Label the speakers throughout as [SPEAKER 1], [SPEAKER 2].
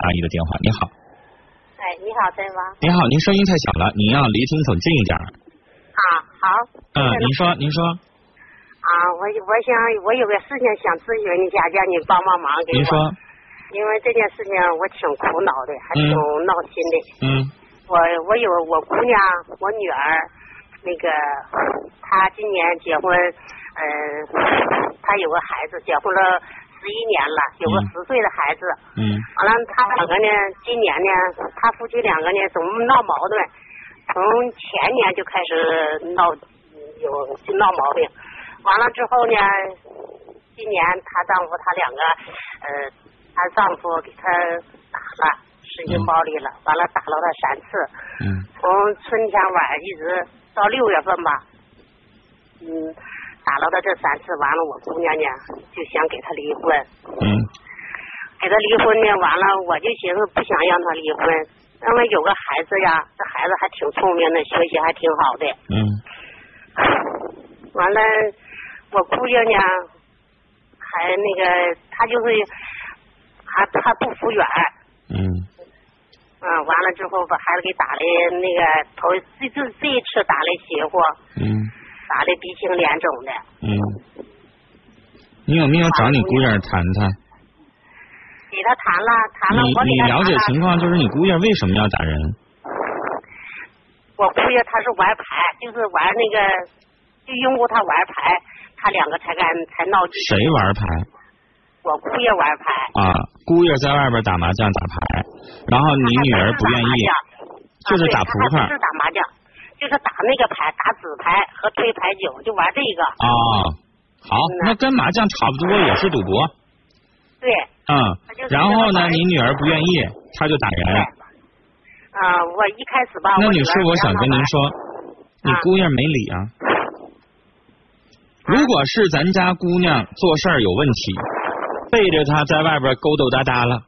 [SPEAKER 1] 阿姨的电话。你好，
[SPEAKER 2] 哎，你好，陈芳。
[SPEAKER 1] 你好，您声音太小了，您要离听筒近一点儿。
[SPEAKER 2] 啊，好。
[SPEAKER 1] 嗯，您说，您说，
[SPEAKER 2] 啊，我我想我有个事情想咨询一下，叫你帮帮忙给我。
[SPEAKER 1] 您说，
[SPEAKER 2] 因为这件事情我挺苦恼的，还挺闹心的。
[SPEAKER 1] 嗯
[SPEAKER 2] 我我有我姑娘，我女儿，那个她今年结婚，嗯、她有个孩子，结婚了十一年了，有个
[SPEAKER 1] 嗯
[SPEAKER 2] 十岁的孩子。
[SPEAKER 1] 嗯
[SPEAKER 2] 完了，他两个呢，今年呢，他夫妻两个呢，总闹矛盾，从前年就开始闹，有就闹毛病。完了之后呢，今年她丈夫他两个，呃，她丈夫给她打了，使劲暴力了，完了打了她三次，
[SPEAKER 1] 嗯
[SPEAKER 2] 从春天晚一直到六月份吧，嗯，打了她这三次，完了我姑娘呢就想给她离婚。
[SPEAKER 1] 嗯
[SPEAKER 2] 给他离婚呢，完了我就寻思不想让他离婚，因为有个孩子呀，这孩子还挺聪明的，学习还挺好的。
[SPEAKER 1] 嗯
[SPEAKER 2] 完了，我姑爷呢，还那个他就是还还不服软，
[SPEAKER 1] 嗯
[SPEAKER 2] 嗯，完了之后把孩子给打的那个头这这这一次打的邪乎，
[SPEAKER 1] 嗯
[SPEAKER 2] 打的鼻青脸肿的。
[SPEAKER 1] 嗯，你有没有找你姑爷儿谈谈？
[SPEAKER 2] 给他谈了谈了，
[SPEAKER 1] 你
[SPEAKER 2] 我给
[SPEAKER 1] 你
[SPEAKER 2] 他
[SPEAKER 1] 了解
[SPEAKER 2] 谈
[SPEAKER 1] 情况，就是你姑爷为什么要打人？
[SPEAKER 2] 我姑爷他是玩牌，就是玩那个，就因为他玩牌，他两个才敢才闹起。
[SPEAKER 1] 谁玩牌
[SPEAKER 2] 我姑爷玩牌，
[SPEAKER 1] 啊？姑爷在外边打麻将打牌，然后你女儿不愿意，
[SPEAKER 2] 他
[SPEAKER 1] 就
[SPEAKER 2] 还
[SPEAKER 1] 是
[SPEAKER 2] 不
[SPEAKER 1] 打扑克
[SPEAKER 2] 是打麻将，啊对他还不是打麻将，就是打那个牌，打纸牌和推牌九，就玩这个。
[SPEAKER 1] 啊、好，
[SPEAKER 2] 嗯
[SPEAKER 1] 那跟麻将差不多也是赌博，
[SPEAKER 2] 对，
[SPEAKER 1] 嗯。然后呢，你女儿不愿意，
[SPEAKER 2] 嗯
[SPEAKER 1] 她就打人。
[SPEAKER 2] 啊、我一开始吧，
[SPEAKER 1] 那
[SPEAKER 2] 我
[SPEAKER 1] 女
[SPEAKER 2] 女
[SPEAKER 1] 士，我
[SPEAKER 2] 儿不让
[SPEAKER 1] 想
[SPEAKER 2] 他
[SPEAKER 1] 跟您
[SPEAKER 2] 玩，
[SPEAKER 1] 说，你姑爷没理啊。如果是咱家姑娘做事儿有问题，背着他在外边勾勾搭搭了，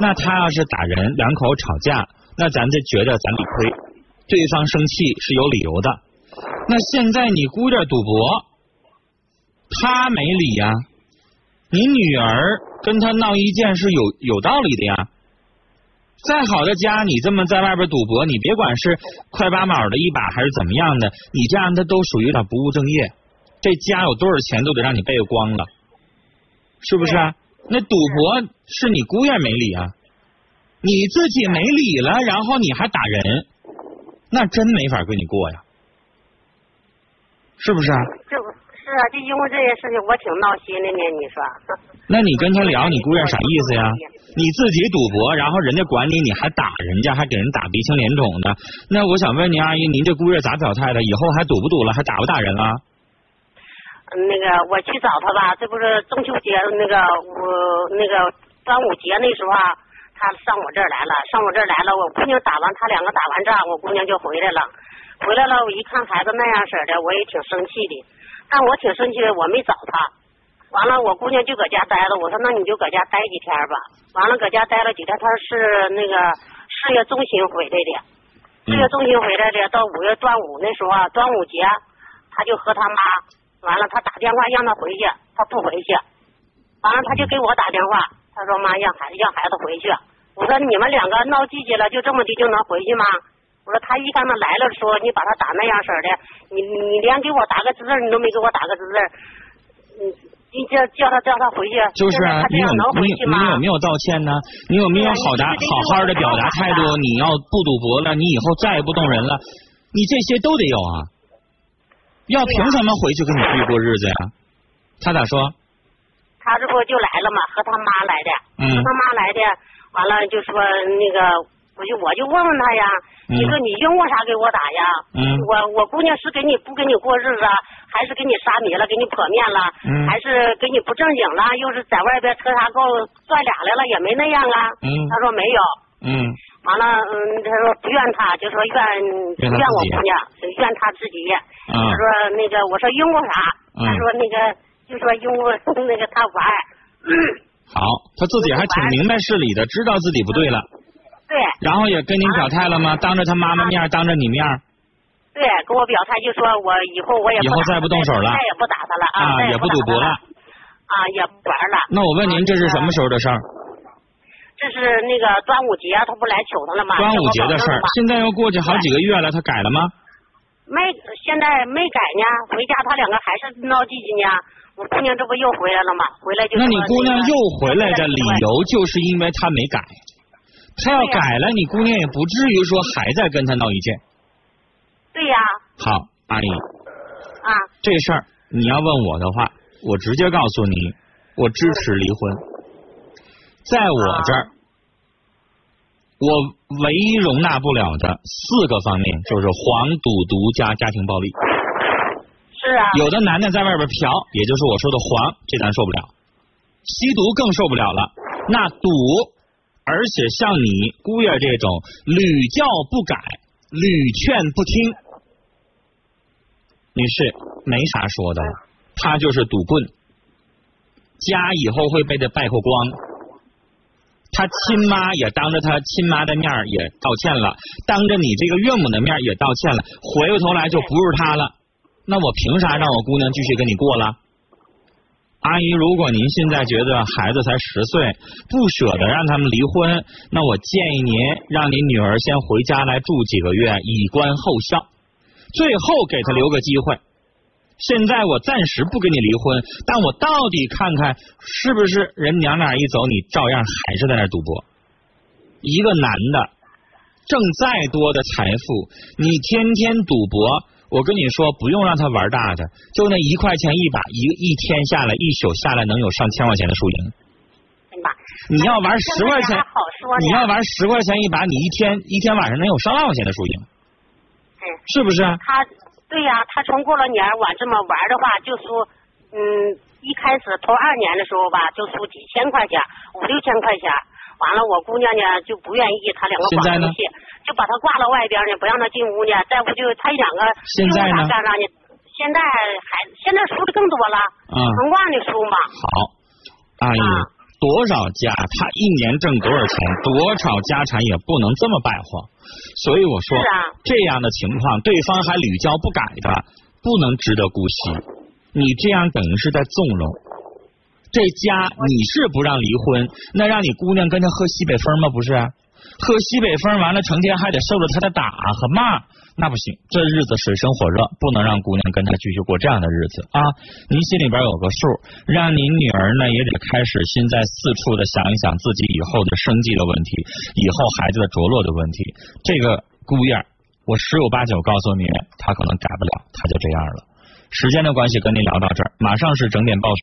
[SPEAKER 1] 那他要是打人，两口吵架，那咱就觉得咱理亏，对方生气是有理由的。那现在你姑爷赌博，他没理呀、你女儿跟他闹意见是有有道理的呀。再好的家，你这么在外边赌博，你别管是快八毛的一把还是怎么样的，你这样的都属于有点不务正业。这家有多少钱都得让你背光了，是不是啊？那赌博是你姑爷没理啊，你自己没理了，然后你还打人，那真没法跟你过呀，是不是啊？
[SPEAKER 2] 这不 是啊，就因为这件事情，我挺闹心的呢。你说，
[SPEAKER 1] 那你跟他聊，你姑爷啥意思 呀？你自己赌博，然后人家管你，你还打人家，还给人打鼻青脸肿的。那我想问您阿姨，您这姑爷咋表态的？以后还赌不赌了？还打不打人了？
[SPEAKER 2] 嗯那个我去找他吧，这不是中秋节那个我那个端午节那时候啊，他上我这儿来了，上我这儿来了，我姑娘打完他两个打完仗，我姑娘就回来了，回来了，我一看孩子那样式儿的，我也挺生气的，但我挺生气的，我没找他。完了，我姑娘就搁家待了。我说那你就搁家待几天吧。完了，搁家待了几天，他是那个四月中旬回来的。四月中旬回来的，到五月端午那时候啊，端午节他就和他妈，完了他打电话让他回去，他不回去，完了他就给我打电话，他说妈让孩子让孩子回去，我说你们两个闹季节了，就这么的就能回去吗？我说他一看他来了说你把他打那样式儿的，你你连给我打个字儿你都没给我打个字儿，你你叫叫他叫他回去，
[SPEAKER 1] 就是啊
[SPEAKER 2] 他，这
[SPEAKER 1] 你有
[SPEAKER 2] 样能回
[SPEAKER 1] 你
[SPEAKER 2] 去
[SPEAKER 1] 有
[SPEAKER 2] 吗？
[SPEAKER 1] 你有没有道歉呢？你有没有好达
[SPEAKER 2] 对啊你
[SPEAKER 1] 好好的表达态度
[SPEAKER 2] 你？
[SPEAKER 1] 你要不赌博了，你以后再也不动人了，你这些都得有啊。要
[SPEAKER 2] 对啊
[SPEAKER 1] 凭什么回去跟你姑爷过日子呀？他咋说？
[SPEAKER 2] 他这不就来了嘛，和他妈来的，
[SPEAKER 1] 嗯
[SPEAKER 2] 和他妈来的，完了就说那个，我就我就问问他呀，
[SPEAKER 1] 嗯
[SPEAKER 2] 你说你因为啥给我打呀？
[SPEAKER 1] 嗯
[SPEAKER 2] 我我姑娘是给你不跟你过日子啊，还是给你杀米了，给你破面了，
[SPEAKER 1] 嗯
[SPEAKER 2] 还是给你不正经了，又是在外边车啥够赚俩来了，也没那样啊。
[SPEAKER 1] 嗯
[SPEAKER 2] 他说没有，
[SPEAKER 1] 嗯
[SPEAKER 2] 完了，嗯，他说不怨他，就说怨
[SPEAKER 1] 怨他
[SPEAKER 2] 怨我
[SPEAKER 1] 自己啊
[SPEAKER 2] 姑娘，怨他自己。
[SPEAKER 1] 嗯
[SPEAKER 2] 他说那个，我说因为啥？
[SPEAKER 1] 嗯
[SPEAKER 2] 他说那个，就说因为 那个他玩儿。
[SPEAKER 1] 好，他自己还挺明白事理的，知道自己不对了，
[SPEAKER 2] 对
[SPEAKER 1] 然后也跟您表态了吗？当着他妈妈面儿，当着你面儿
[SPEAKER 2] 对，跟我表态就说我以后我也
[SPEAKER 1] 以后
[SPEAKER 2] 打
[SPEAKER 1] 再不动手了
[SPEAKER 2] 再也不打他了
[SPEAKER 1] 啊，
[SPEAKER 2] 再
[SPEAKER 1] 也不
[SPEAKER 2] 不
[SPEAKER 1] 赌博
[SPEAKER 2] 打
[SPEAKER 1] 了
[SPEAKER 2] 他了。啊，也不玩了。
[SPEAKER 1] 那我问您，这是什么时候的事儿？
[SPEAKER 2] 这是那个端午节，啊他不来求他了吗？
[SPEAKER 1] 端午节的事儿
[SPEAKER 2] 这不保证了吗，
[SPEAKER 1] 现在又过去好几个月了，他改了吗？
[SPEAKER 2] 没，现在没改呢。回家他两个还是闹叽叽呢。我姑娘这不又回来了吗？回来就
[SPEAKER 1] 啊那
[SPEAKER 2] 说
[SPEAKER 1] 你
[SPEAKER 2] 个
[SPEAKER 1] 姑娘又回来的理由就是因为她没改，她要
[SPEAKER 2] 对呀
[SPEAKER 1] 改了，你姑娘也不至于说还在跟她闹意见。
[SPEAKER 2] 对呀
[SPEAKER 1] 好，阿姨，
[SPEAKER 2] 啊
[SPEAKER 1] 这事儿你要问我的话，我直接告诉你，我支持离婚。在我这儿，我唯一容纳不了的四个方面就是黄赌毒加家庭暴力。
[SPEAKER 2] 是啊
[SPEAKER 1] 有的男的在外边嫖，也就是我说的黄，这咱受不了；吸毒更受不了了。那赌，而且像你姑爷这种屡教不改、屡劝不听，女士没啥说的了，他就是赌棍，家以后会被他败后光。他亲妈也当着他亲妈的面儿也道歉了，当着你这个岳母的面儿也道歉了，回过头来就不是他了。那我凭啥让我姑娘继续跟你过了？阿姨，如果您现在觉得孩子才十岁，不舍得让他们离婚，那我建议您让您女儿先回家来住几个月，以观后效，最后给她留个机会。现在我暂时不跟你离婚，但我到底看看是不是人娘俩一走，你照样还是在那儿赌博。一个男的挣再多的财富，你天天赌博，我跟你说，不用让他玩大的，就那一块钱一把，一一天下来，一宿下来能有上千块钱的输赢。
[SPEAKER 2] 哎呀妈，
[SPEAKER 1] 你要玩十块钱
[SPEAKER 2] 还，好说呢。
[SPEAKER 1] 你要玩十块钱一把，你一天一天晚上能有上万块钱的输赢，
[SPEAKER 2] 哎
[SPEAKER 1] 是不是？啊
[SPEAKER 2] 他对呀、他从过了年往这么玩的话，就输，嗯，一开始头二年的时候吧，就输几千块钱，五六千块钱。完了，我姑娘呢就不愿意，他两个
[SPEAKER 1] 现
[SPEAKER 2] 搞
[SPEAKER 1] 在呢
[SPEAKER 2] 东西，就把他挂到外边呢，不让他进屋呢。再不就他两个
[SPEAKER 1] 现在呢
[SPEAKER 2] 用他干啥呢？现在还现在输的更多了，
[SPEAKER 1] 嗯
[SPEAKER 2] 成万的输嘛。
[SPEAKER 1] 好，阿姨
[SPEAKER 2] 啊，
[SPEAKER 1] 多少家他一年挣多少钱，多少家产也不能这么败荒。所以我说，
[SPEAKER 2] 是啊
[SPEAKER 1] 这样的情况，对方还屡教不改的，不能值得姑息。你这样等于是在纵容。这家你是不让离婚，那让你姑娘跟他喝西北风吗？不是啊、喝西北风完了，成天还得受着他的打和骂，那不行，这日子水深火热，不能让姑娘跟他继续过这样的日子啊！您心里边有个数，让您女儿呢也得开始现在四处的想一想自己以后的生计的问题，以后孩子的着落的问题。这个姑爷儿，我十有八九告诉你，他可能改不了，他就这样了。时间的关系，跟您聊到这儿，马上是整点报时。